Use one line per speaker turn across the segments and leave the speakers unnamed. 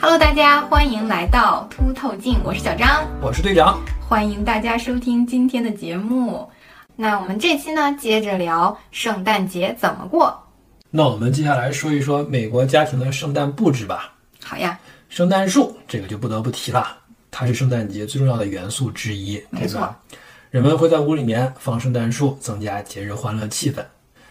Hello，大家欢迎来到凸透镜，我是小张，
我是队长。
欢迎大家收听今天的节目。那我们这期呢，接着聊圣诞节怎么过。
那我们接下来说一说美国家庭的圣诞布置吧。
好呀，
圣诞树这个就不得不提了，它是圣诞节最重要的元素之一，
没
对
错
吧？人们会在屋里面放圣诞树，增加节日欢乐气氛。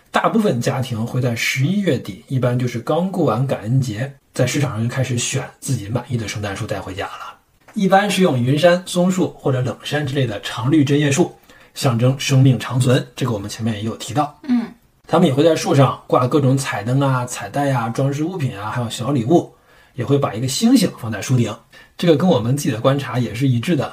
大部分家庭会在十一月底，一般就是刚过完感恩节，在市场上就开始选自己满意的圣诞树带回家了。一般是用云杉、松树或者冷杉之类的常绿针叶树，象征生命长存。这个我们前面也有提到。
嗯，
他们也会在树上挂各种彩灯啊、彩带啊、装饰物品啊，还有小礼物，也会把一个星星放在树顶。这个跟我们自己的观察也是一致的。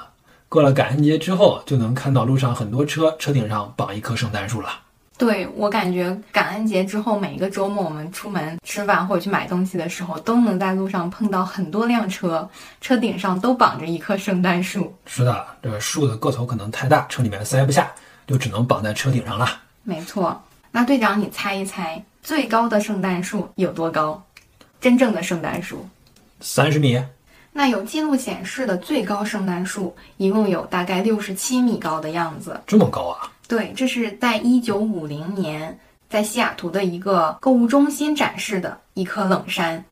过了感恩节之后，就能看到路上很多车车顶上绑一棵圣诞树了。
对我感觉感恩节之后，每一个周末我们出门吃饭或者去买东西的时候，都能在路上碰到很多辆车，车顶上都绑着一棵圣诞树。
是的，这个树的个头可能太大，车里面塞不下，就只能绑在车顶上了。
没错，那队长你猜一猜，最高的圣诞树有多高？真正的圣诞树？
三十米，
那有记录显示的最高圣诞树一共有大概六十七米高的样子。
这么高啊！
对，这是在一九五零年在西雅图的一个购物中心展示的一棵冷杉。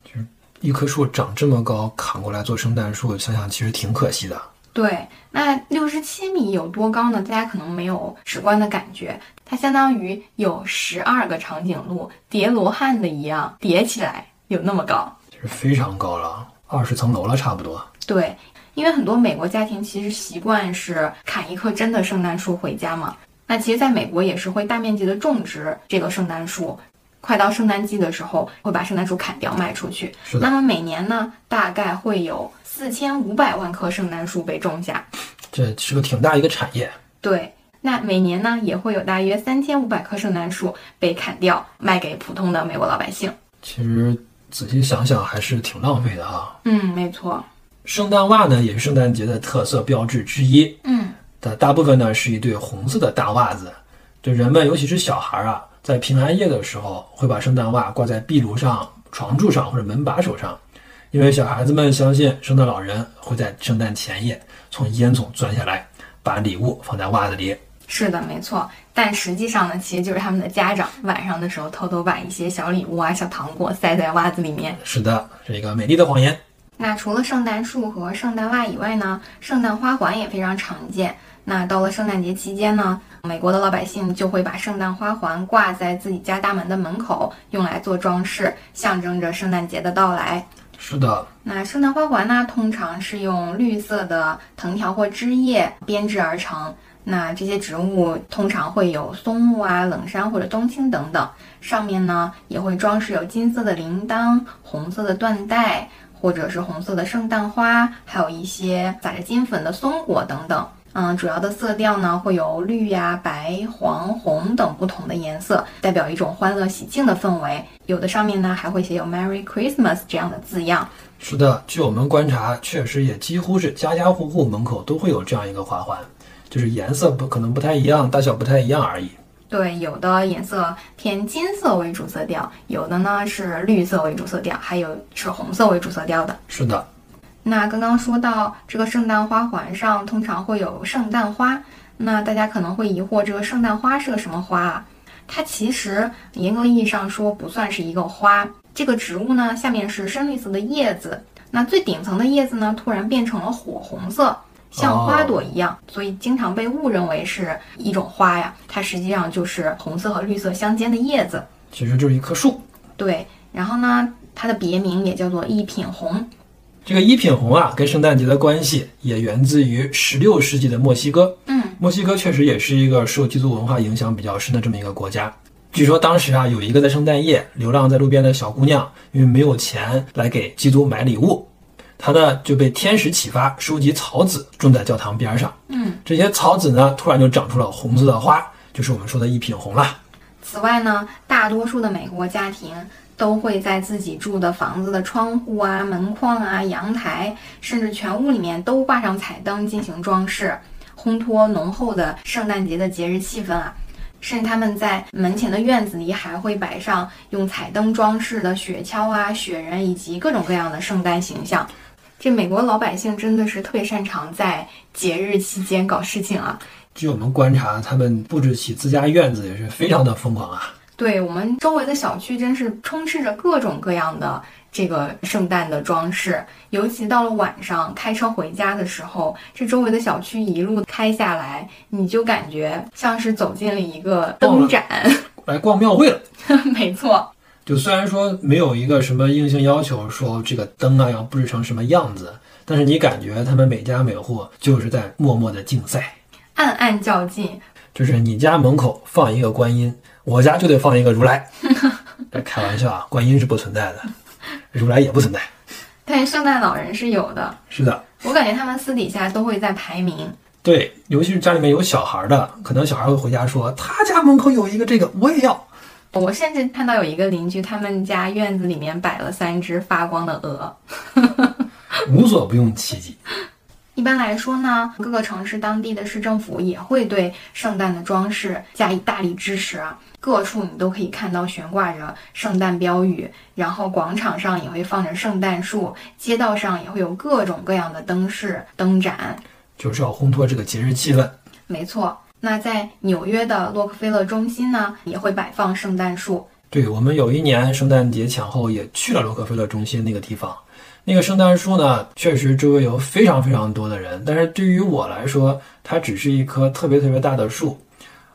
一棵树长这么高，砍过来做圣诞树，想想其实挺可惜的。
对，那六十七米有多高呢？大家可能没有直观的感觉，它相当于有十二个长颈鹿叠罗汉的一样叠起来，有那么高。
就是非常高了，二十层楼了差不多。
对，因为很多美国家庭其实习惯是砍一棵真的圣诞树回家嘛。那其实，在美国也是会大面积的种植这个圣诞树，快到圣诞季的时候会把圣诞树砍掉卖出去。
是的
那么每年呢，大概会有四千五百万棵圣诞树被种下。
这是个挺大一个产业。
对，那每年呢也会有大约三千五百棵圣诞树被砍掉卖给普通的美国老百姓。
其实仔细想想还是挺浪费的啊。
嗯，没错。
圣诞袜呢也是圣诞节的特色标志之一，
嗯，
但大部分呢是一对红色的大袜子。就人们尤其是小孩啊，在平安夜的时候会把圣诞袜挂在壁炉上、床柱上或者门把手上，因为小孩子们相信圣诞老人会在圣诞前夜从烟囱钻下来，把礼物放在袜子里。
是的，没错。但实际上呢，其实就是他们的家长晚上的时候偷偷把一些小礼物啊、小糖果塞在袜子里面。
是的，是一个美丽的谎言。
那除了圣诞树和圣诞袜以外呢，圣诞花环也非常常见。那到了圣诞节期间呢，美国的老百姓就会把圣诞花环挂在自己家大门的门口，用来做装饰，象征着圣诞节的到来。
是的，
那圣诞花环呢，通常是用绿色的藤条或枝叶编织而成。那这些植物通常会有松木啊、冷杉或者冬青等等，上面呢也会装饰有金色的铃铛、红色的缎带，或者是红色的圣诞花，还有一些撒着金粉的松果等等。嗯，主要的色调呢会有绿呀、白、黄、红等不同的颜色，代表一种欢乐喜庆的氛围。有的上面呢还会写有 “Merry Christmas” 这样的字样。
是的，据我们观察，确实也几乎是家家户户门口都会有这样一个花环，就是颜色不可能不太一样，大小不太一样而已。
对，有的颜色偏金色为主色调，有的呢是绿色为主色调，还有是红色为主色调的。
是的，
那刚刚说到这个圣诞花环上通常会有圣诞花，那大家可能会疑惑这个圣诞花是个什么花啊？它其实严格意义上说不算是一个花，这个植物呢下面是深绿色的叶子，那最顶层的叶子呢突然变成了火红色。像花朵一样，所以经常被误认为是一种花呀。它实际上就是红色和绿色相间的叶子。
其实就是一棵树。
对，然后呢，它的别名也叫做一品红。
这个一品红啊，跟圣诞节的关系也源自于16世纪的墨西哥。
嗯，
墨西哥确实也是一个受基督文化影响比较深的这么一个国家。据说当时啊，有一个在圣诞夜流浪在路边的小姑娘，因为没有钱来给基督买礼物，她呢就被天使启发，收集草籽种在教堂边上。
嗯，
这些草籽呢，突然就长出了红色的花，就是我们说的一品红啦。
此外呢，大多数的美国家庭都会在自己住的房子的窗户啊、门框啊、阳台，甚至全屋里面都挂上彩灯进行装饰，烘托浓厚的圣诞节的节日气氛啊。甚至他们在门前的院子里还会摆上用彩灯装饰的雪橇啊、雪人以及各种各样的圣诞形象。这美国老百姓真的是特别擅长在节日期间搞事情啊！
据我们观察，他们布置起自家院子也是非常的疯狂啊。
对我们周围的小区，真是充斥着各种各样的这个圣诞的装饰。尤其到了晚上，开车回家的时候，这周围的小区一路开下来，你就感觉像是走进了一个灯展。
来逛庙会了，
没错，
就虽然说没有一个什么硬性要求说这个灯啊要布置成什么样子，但是你感觉他们每家每户就是在默默的竞赛，
暗暗较劲。
就是你家门口放一个观音，我家就得放一个如 来。这开玩笑啊，观音是不存在的，如来也不存在。
但是圣诞老人是有的，
是的，
我感觉他们私底下都会在排名。
对，尤其是家里面有小孩的，可能小孩会回家说他家门口有一个这个，我也 要。
我甚至看到有一个邻居，他们家院子里面摆了三只发光的鹅。
无所不用其极。
一般来说呢，各个城市当地的市政府也会对圣诞的装饰加以大力支持啊。各处你都可以看到悬挂着圣诞标语，然后广场上也会放着圣诞树，街道上也会有各种各样的灯饰、灯展。
就是要烘托这个节日气氛。
没错，那在纽约的洛克菲勒中心呢，也会摆放圣诞树。
对我们有一年圣诞节前后也去了洛克菲勒中心那个地方，那个圣诞树呢，确实周围有非常非常多的人，但是对于我来说，它只是一棵特别特别大的树，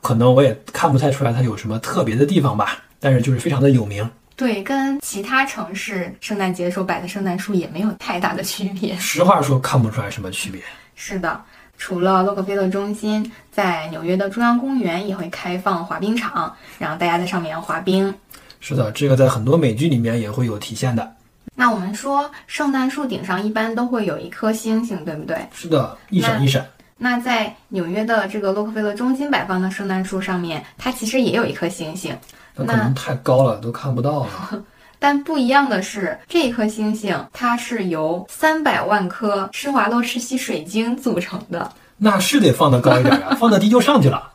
可能我也看不太出来它有什么特别的地方吧，但是就是非常的有名。
对，跟其他城市圣诞节的时候摆的圣诞树也没有太大的区别。
实话说，看不出来什么区别。
是的，除了洛克菲勒中心，在纽约的中央公园也会开放滑冰场，然后大家在上面滑冰。
是的，这个在很多美剧里面也会有体现的。
那我们说，圣诞树顶上一般都会有一颗星星，对不对？
是的，一闪一闪。
那在纽约的这个洛克菲勒中心摆放的圣诞树上面，它其实也有一颗星星，
那可能太高了，都看不到了。
但不一样的是，这一颗星星它是由三百万颗施华洛世奇水晶组成的。
那是得放得高一点呀、放得低就上去了。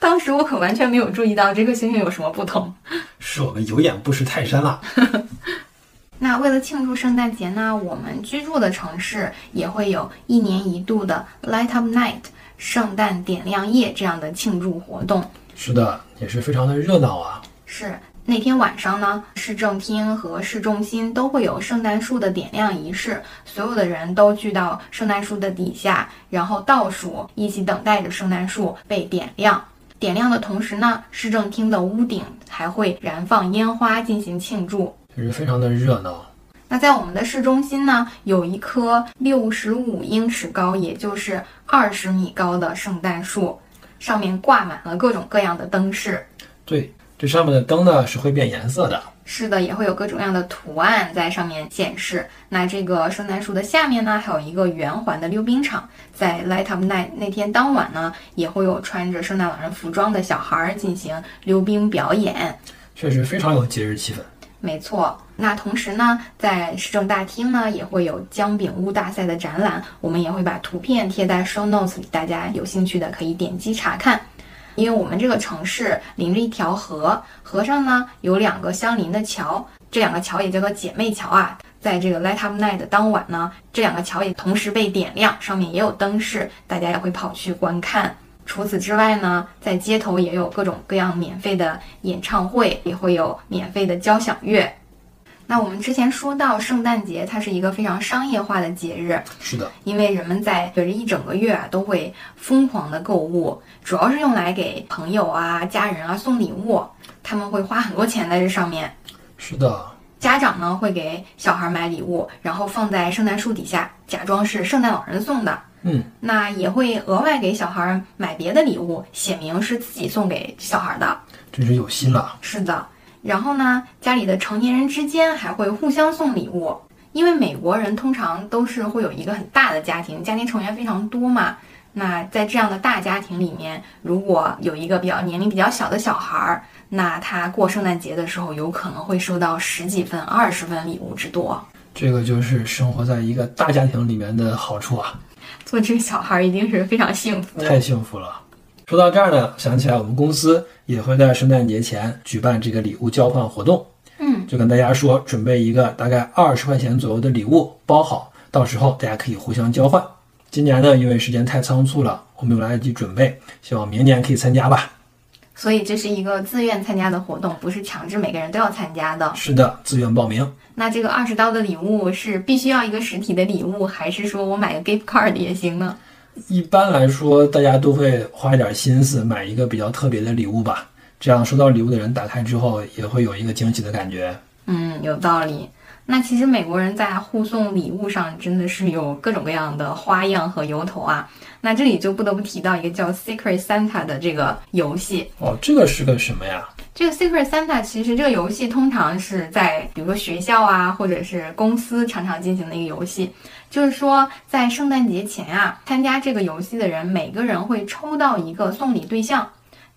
当时我可完全没有注意到这颗星星有什么不同。
是我们有眼不识泰山了。
那为了庆祝圣诞节呢，我们居住的城市也会有一年一度的 Light Up Night 圣诞点亮夜这样的庆祝活动。
是的，也是非常的热闹啊。
是那天晚上呢，市政厅和市中心都会有圣诞树的点亮仪式，所有的人都聚到圣诞树的底下，然后倒数，一起等待着圣诞树被点亮。点亮的同时呢，市政厅的屋顶还会燃放烟花进行庆祝。
也是非常的热闹。
那在我们的市中心呢，有一棵六十五英尺高，也就是二十米高的圣诞树，上面挂满了各种各样的灯饰。
对，这上面的灯呢是会变颜色的。
是的，也会有各种各样的图案在上面显示。那这个圣诞树的下面呢，还有一个圆环的溜冰场。在 Light Up Night 那天当晚呢，也会有穿着圣诞老人服装的小孩儿进行溜冰表演。
确实非常有节日气氛。
没错，那同时呢，在市政大厅呢，也会有姜饼屋大赛的展览，我们也会把图片贴在 show notes 里，大家有兴趣的可以点击查看。因为我们这个城市临着一条河，河上呢有两个相邻的桥，这两个桥也叫做姐妹桥啊。在这个 Light Up Night 的当晚呢，这两个桥也同时被点亮，上面也有灯饰，大家也会跑去观看。除此之外呢，在街头也有各种各样免费的演唱会，也会有免费的交响乐。那我们之前说到，圣诞节它是一个非常商业化的节日，
是的，
因为人们在这一整个月啊都会疯狂的购物，主要是用来给朋友啊、家人啊送礼物，他们会花很多钱在这上面。
是的，
家长呢会给小孩买礼物，然后放在圣诞树底下，假装是圣诞老人送的。
嗯，
那也会额外给小孩买别的礼物，写明是自己送给小孩的。
真是有心了。
是的，然后呢，家里的成年人之间还会互相送礼物，因为美国人通常都是会有一个很大的家庭，家庭成员非常多嘛。那在这样的大家庭里面，如果有一个比较年龄比较小的小孩儿，那他过圣诞节的时候，有可能会收到十几份、二十份礼物之多。
这个就是生活在一个大家庭里面的好处啊，
做这个小孩儿一定是非常幸福。
太幸福了。说到这儿呢，想起来我们公司也会在圣诞节前举办这个礼物交换活动，
嗯，
就跟大家说准备一个大概二十块钱左右的礼物包好，到时候大家可以互相交换。今年呢，因为时间太仓促了，我没有来得及准备，希望明年可以参加吧。
所以这是一个自愿参加的活动，不是强制每个人都要参加的。
是的，自愿报名。
那这个二十刀的礼物是必须要一个实体的礼物，还是说我买个 gift card 也行呢？
一般来说，大家都会花一点心思买一个比较特别的礼物吧，这样收到礼物的人打开之后也会有一个惊喜的感觉。
嗯，有道理。那其实美国人在互送礼物上真的是有各种各样的花样和由头啊。那这里就不得不提到一个叫 Secret Santa 的这个游戏，
哦，这个是个什么呀？
这个 Secret Santa 其实这个游戏通常是在比如说学校啊，或者是公司常常进行的一个游戏，就是说在圣诞节前啊，参加这个游戏的人每个人会抽到一个送礼对象，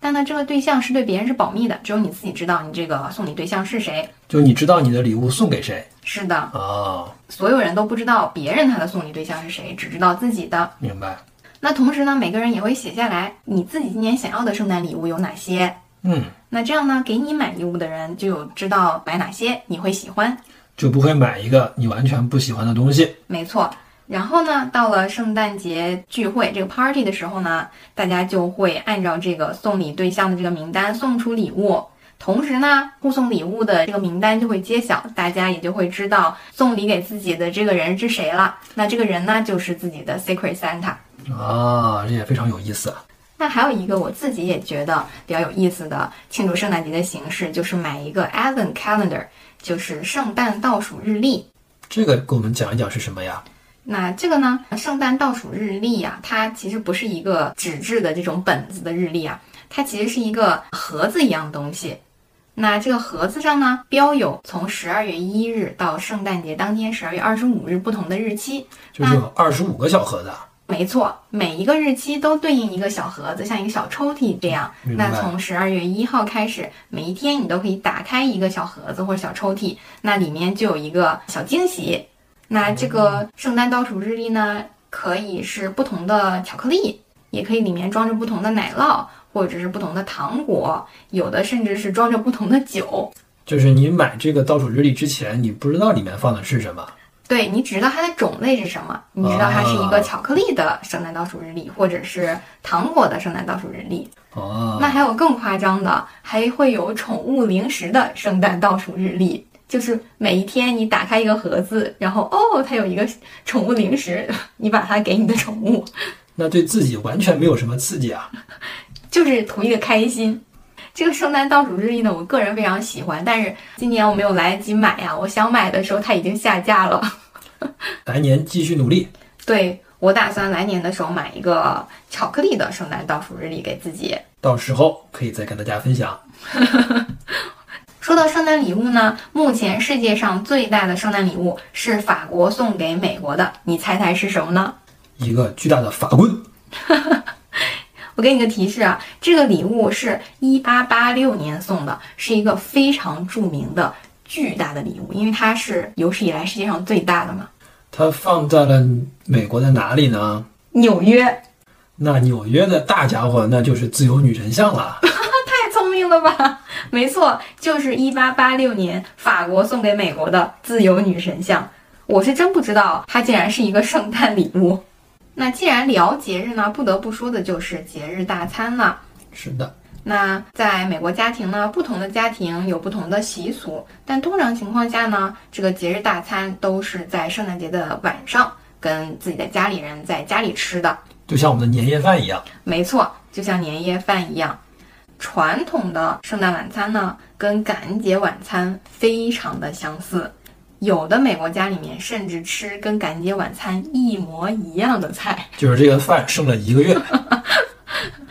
但呢这个对象是对别人是保密的，只有你自己知道你这个送礼对象是谁。
就你知道你的礼物送给谁
是的，
啊、哦？
所有人都不知道别人他的送礼对象是谁，只知道自己的。
明白。
那同时呢，每个人也会写下来你自己今年想要的圣诞礼物有哪些，
嗯，
那这样呢，给你买礼物的人就有知道买哪些你会喜欢，
就不会买一个你完全不喜欢的东西。
没错。然后呢，到了圣诞节聚会这个 party 的时候呢，大家就会按照这个送礼对象的这个名单送出礼物，同时呢，互送礼物的这个名单就会揭晓，大家也就会知道送礼给自己的这个人是谁了。那这个人呢，就是自己的 Secret Santa。
啊，这也非常有意思啊。
那还有一个我自己也觉得比较有意思的庆祝圣诞节的形式，就是买一个 Advent Calendar，就是圣诞倒数日历。
这个给我们讲一讲是什么呀？
那这个呢，圣诞倒数日历啊，它其实不是一个纸质的这种本子的日历啊，它其实是一个盒子一样的东西。那这个盒子上呢，标有从十二月一日到圣诞节当天十二月二十五日不同的日期。
就是有二十五个小盒子啊，
没错，每一个日期都对应一个小盒子，像一个小抽屉这样。
明白
那从十二月一号开始，每一天你都可以打开一个小盒子或者小抽屉，那里面就有一个小惊喜。那这
哦
个圣诞倒数日历呢，可以是不同的巧克力，也可以里面装着不同的奶酪，或者是不同的糖果，有的甚至是装着不同的酒。
就是你买这个倒数日历之前，你不知道里面放的是什么。
对你只知道它的种类是什么，你知道它是一
啊
个巧克力的圣诞倒数日历，或者是糖果的圣诞倒数日历。
哦，
那还有更夸张的，还会有宠物零食的圣诞倒数日历，就是每一天你打开一个盒子，然后哦，它有一个宠物零食， 你把它给你的宠物，
那对自己完全没有什么刺激啊。
就是图一个开心。这个圣诞倒数日历呢，我个人非常喜欢，但是今年我没有来得及买呀、啊我想买的时候它已经下架了。
来年继续努力。
对我打算来年的时候买一个巧克力的圣诞倒数日历给自己。
到时候可以再跟大家分享。
说到圣诞礼物呢，目前世界上最大的圣诞礼物是法国送给美国的，你猜猜是什么呢？
一个巨大的法棍，
我给你个提示啊，这个礼物是一八八六年送的，是一个非常著名的巨大的礼物，因为它是有史以来世界上最大的嘛。
它放在了美国的哪里呢？
纽约，
那纽约的大家伙，那就是自由女神像了。
太聪明了吧？没错，就是一八八六年法国送给美国的自由女神像。我是真不知道它竟然是一个圣诞礼物。那既然聊节日呢，不得不说的就是节日大餐了。
是的，
那在美国家庭呢，不同的家庭有不同的习俗，但通常情况下呢，这个节日大餐都是在圣诞节的晚上跟自己的家里人在家里吃的。
就像我们的年夜饭一样。
没错，就像年夜饭一样，传统的圣诞晚餐呢，跟感恩节晚餐非常的相似。有的美国家里面甚至吃跟感恩节晚餐一模一样的菜。
就是这个饭剩了一个月，
嗯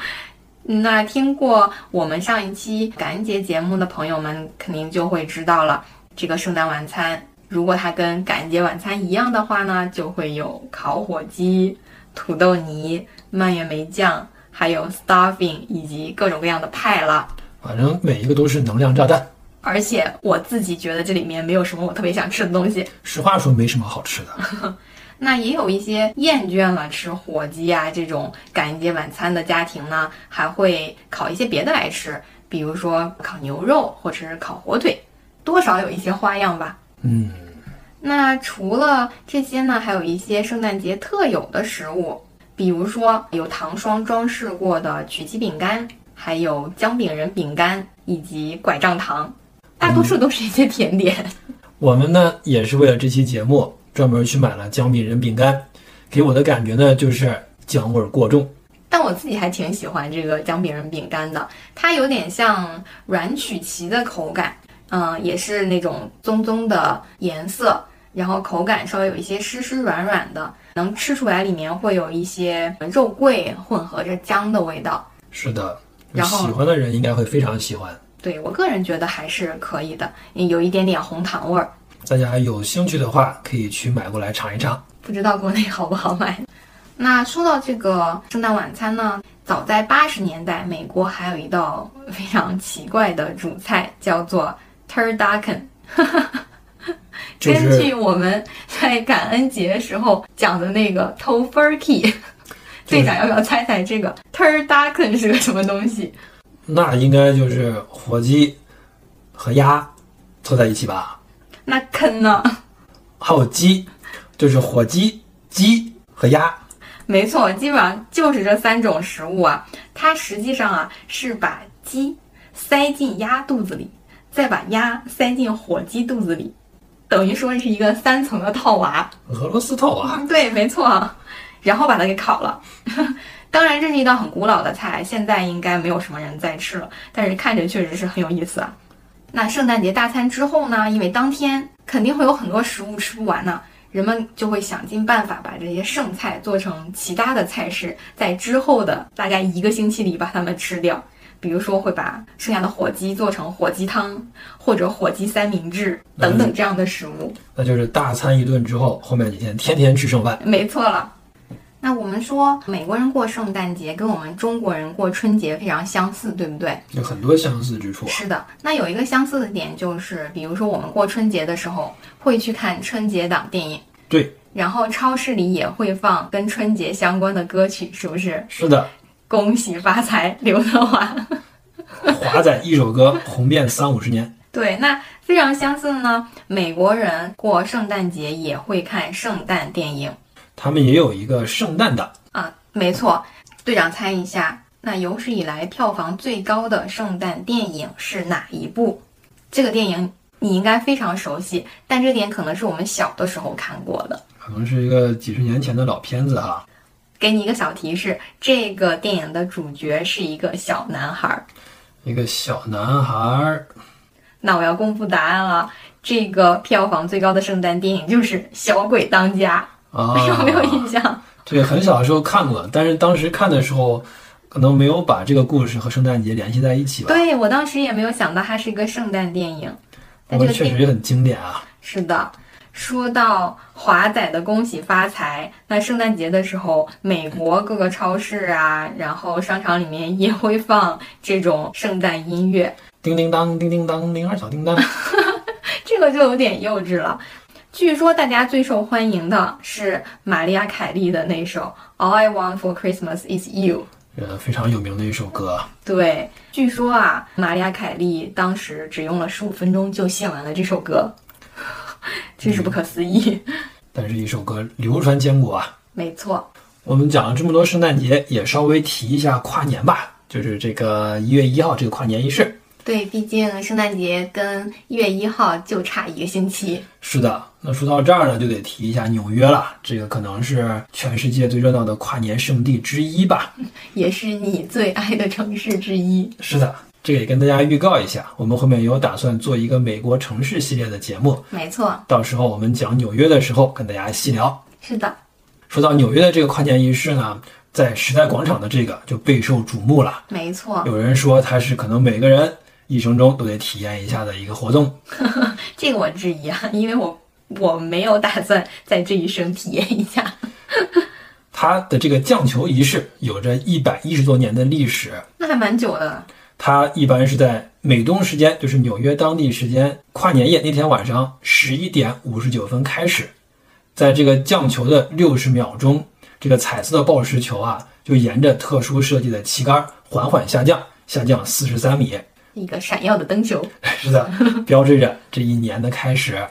那听过我们上一期感恩节节目的朋友们，肯定就会知道了，这个圣诞晚餐如果它跟感恩节晚餐一样的话呢，就会有烤火鸡、土豆泥、蔓越莓酱，还有 stuffing 以及各种各样的派了。
反正每一个都是能量炸弹。
而且我自己觉得这里面没有什么我特别想吃的东西。
实话说，没什么好吃的。
那也有一些厌倦了吃火鸡啊这种感恩节晚餐的家庭呢，还会烤一些别的来吃，比如说烤牛肉或者是烤火腿，多少有一些花样吧。
嗯，
那除了这些呢，还有一些圣诞节特有的食物，比如说有糖霜装饰过的曲奇饼干，还有姜饼人饼干以及拐杖糖，大多数都是一些甜点。
我们呢也是为了这期节目专门去买了姜饼人饼干，给我的感觉呢就是姜味儿过重。
但我自己还挺喜欢这个姜饼人饼干的，它有点像软曲奇的口感，嗯、也是那种棕棕的颜色，然后口感稍微有一些湿湿软软的，能吃出来里面会有一些肉桂混合着姜的味道。
是的，
然后
喜欢的人应该会非常喜欢。
对我个人觉得还是可以的，有一点点红糖味儿，
大家有兴趣的话，可以去买过来尝一尝。
不知道国内好不好买。 那说到这个圣诞晚餐呢，早在八十年代，美国还有一道非常奇怪的主菜叫做 turducken，
就
根
是
据我们在感恩节时候讲的那个 tofurkey，、
就是
队长要不要猜猜这个 turducken 是个什么东西？
那应该就是火鸡和鸭凑在一起吧，
那坑呢？
还有鸡，就是火鸡、鸡和鸭。
没错，基本上就是这三种食物啊。它实际上啊是把鸡塞进鸭肚子里，再把鸭塞进火鸡肚子里，等于说是一个三层的套娃。
俄罗斯套娃，
对，没错。然后把它给烤了。 当然，这是一道很古老的菜，现在应该没有什么人在吃了，但是看着确实是很有意思啊。那圣诞节大餐之后呢？因为当天肯定会有很多食物吃不完呢，人们就会想尽办法把这些剩菜做成其他的菜式，在之后的大概一个星期里把它们吃掉。比如说会把剩下的火鸡做成火鸡汤，或者火鸡三明治等等这样的食物。
那就是大餐一顿之后，后面几天天天吃剩饭。
没错了。那我们说美国人过圣诞节跟我们中国人过春节非常相似，对不对？
有很多相似之处啊。
是的。那有一个相似的点就是，比如说我们过春节的时候会去看春节档电影，
对，
然后超市里也会放跟春节相关的歌曲，是不是？
是的，
恭喜发财，刘德华。
华仔一首歌红遍三五十年。
对，那非常相似呢。美国人过圣诞节也会看圣诞电影
他们也有一个圣诞档，
啊，没错。队长猜一下，那有史以来票房最高的圣诞电影是哪一部？这个电影你应该非常熟悉，但这点可能是我们小的时候看过的。
可能是一个几十年前的老片子啊哈。
给你一个小提示，这个电影的主角是一个小男孩儿。
一个小男孩儿，
那我要公布答案了，这个票房最高的圣诞电影就是《小鬼当家》，
啊，
有没有印象？
对，很小的时候看过，但是当时看的时候，可能没有把这个故事和圣诞节联系在一起吧。
对我当时也没有想到它是一个圣诞电影，但
不
这
过
个
确
电
实也很经典啊。
是的。说到华仔的恭喜发财，那圣诞节的时候，美国各个超市啊，然后商场里面也会放这种圣诞音乐，
叮叮当，叮叮当，铃儿小叮当。
这个就有点幼稚了。据说大家最受欢迎的是玛丽亚·凯莉的那首《All I Want for Christmas Is You》。
呃，非常有名的一首歌啊，
对，据说啊，玛利亚·凯莉当时只用了十五分钟就写完了这首歌， 真是不可思议。
但是一首歌流传千古啊。
没错，
我们讲了这么多圣诞节，也稍微提一下跨年吧，就是这个一月一号这个跨年仪式。
对，毕竟圣诞节跟一月一号就差一个星期。
是的，那说到这儿呢，就得提一下纽约了，这个可能是全世界最热闹的跨年圣地之一吧。
也是你最爱的城市之一。
是的，这个也跟大家预告一下，我们后面有打算做一个美国城市系列的节目，
没错，
到时候我们讲纽约的时候跟大家细聊。
是的，
说到纽约的这个跨年仪式呢，在时代广场的这个就备受瞩目了。
没错，
有人说它是可能每个人一生中都得体验一下的一个活动。
这个我质疑啊，因为我我没有打算在这一生体验一下。
它的这个降球仪式有着一百一十多年的历史，
那还蛮久的，
它一般是在美东时间，就是纽约当地时间跨年夜那天晚上十一点五十九分开始，在这个降球的六十秒钟，这个彩色的抱石球啊，就沿着特殊设计的旗杆缓缓下降，下降四十三米。
一个闪耀的灯球，
是的，标志着这一年的开始。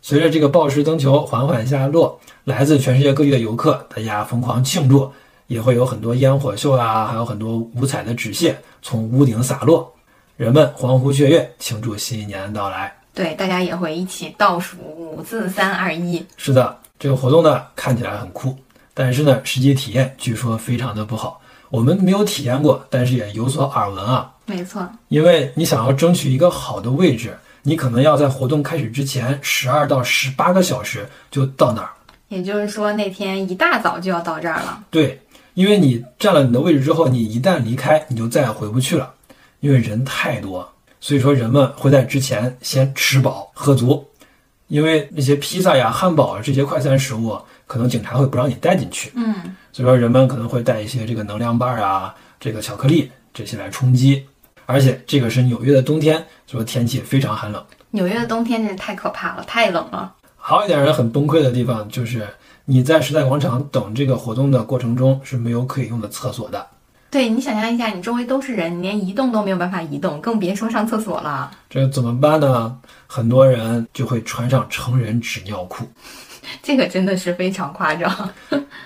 随着这个抱石灯球缓缓下落，来自全世界各地的游客，大家疯狂庆祝，也会有很多烟火秀啊，还有很多五彩的纸屑从屋顶洒落，人们欢呼雀跃，庆祝新一年的到来。
对，大家也会一起倒数五四三二一。
是的，这个活动呢看起来很酷，但是呢实际体验据说非常的不好。我们没有体验过，但是也有所耳闻啊。
没错，
因为你想要争取一个好的位置，你可能要在活动开始之前十二到十八个小时就到那儿。
也就是说那天一大早就要到这儿了。
对，因为你占了你的位置之后，你一旦离开，你就再也回不去了，因为人太多，所以说人们会在之前先吃饱喝足，因为那些披萨呀、汉堡啊这些快餐食物，可能警察会不让你带进去，
嗯，
所以说人们可能会带一些这个能量棒啊、这个巧克力这些来充饥，而且这个是纽约的冬天，所以天气非常寒冷。
纽约的冬天真是太可怕了，太冷了。
还有一点让人很崩溃的地方就是，你在时代广场等这个活动的过程中是没有可以用的厕所的。
对你想象一下，你周围都是人，你连移动都没有办法移动，更别说上厕所了。
这怎么办呢？很多人就会穿上成人纸尿裤。
这个真的是非常夸张。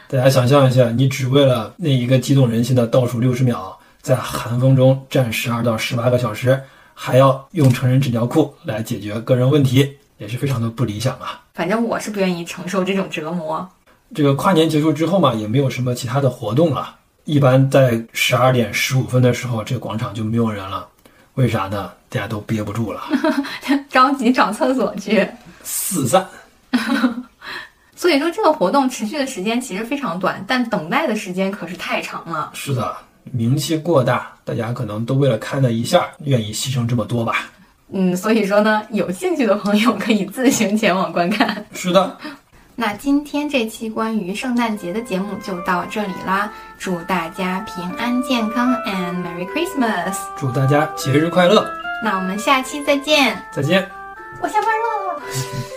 大家想象一下，你只为了那一个激动人心的倒数六十秒，在寒风中站十二到十八个小时，还要用成人纸尿裤来解决个人问题，也是非常的不理想啊。
反正我是不愿意承受这种折磨。
这个跨年结束之后嘛，也没有什么其他的活动了。一般在十二点十五分的时候，这个广场就没有人了。为啥呢？大家都憋不住了，
着急找厕所去。
四散。
所以说，这个活动持续的时间其实非常短，但等待的时间可是太长了。
是的，名气过大，大家可能都为了看那一下，愿意牺牲这么多吧。
嗯，所以说呢，有兴趣的朋友可以自行前往观看。
是的，
那今天这期关于圣诞节的节目就到这里啦，祝大家平安健康，and Merry Christmas！
祝大家节日快乐，
那我们下期再见，
再见。
我下班了。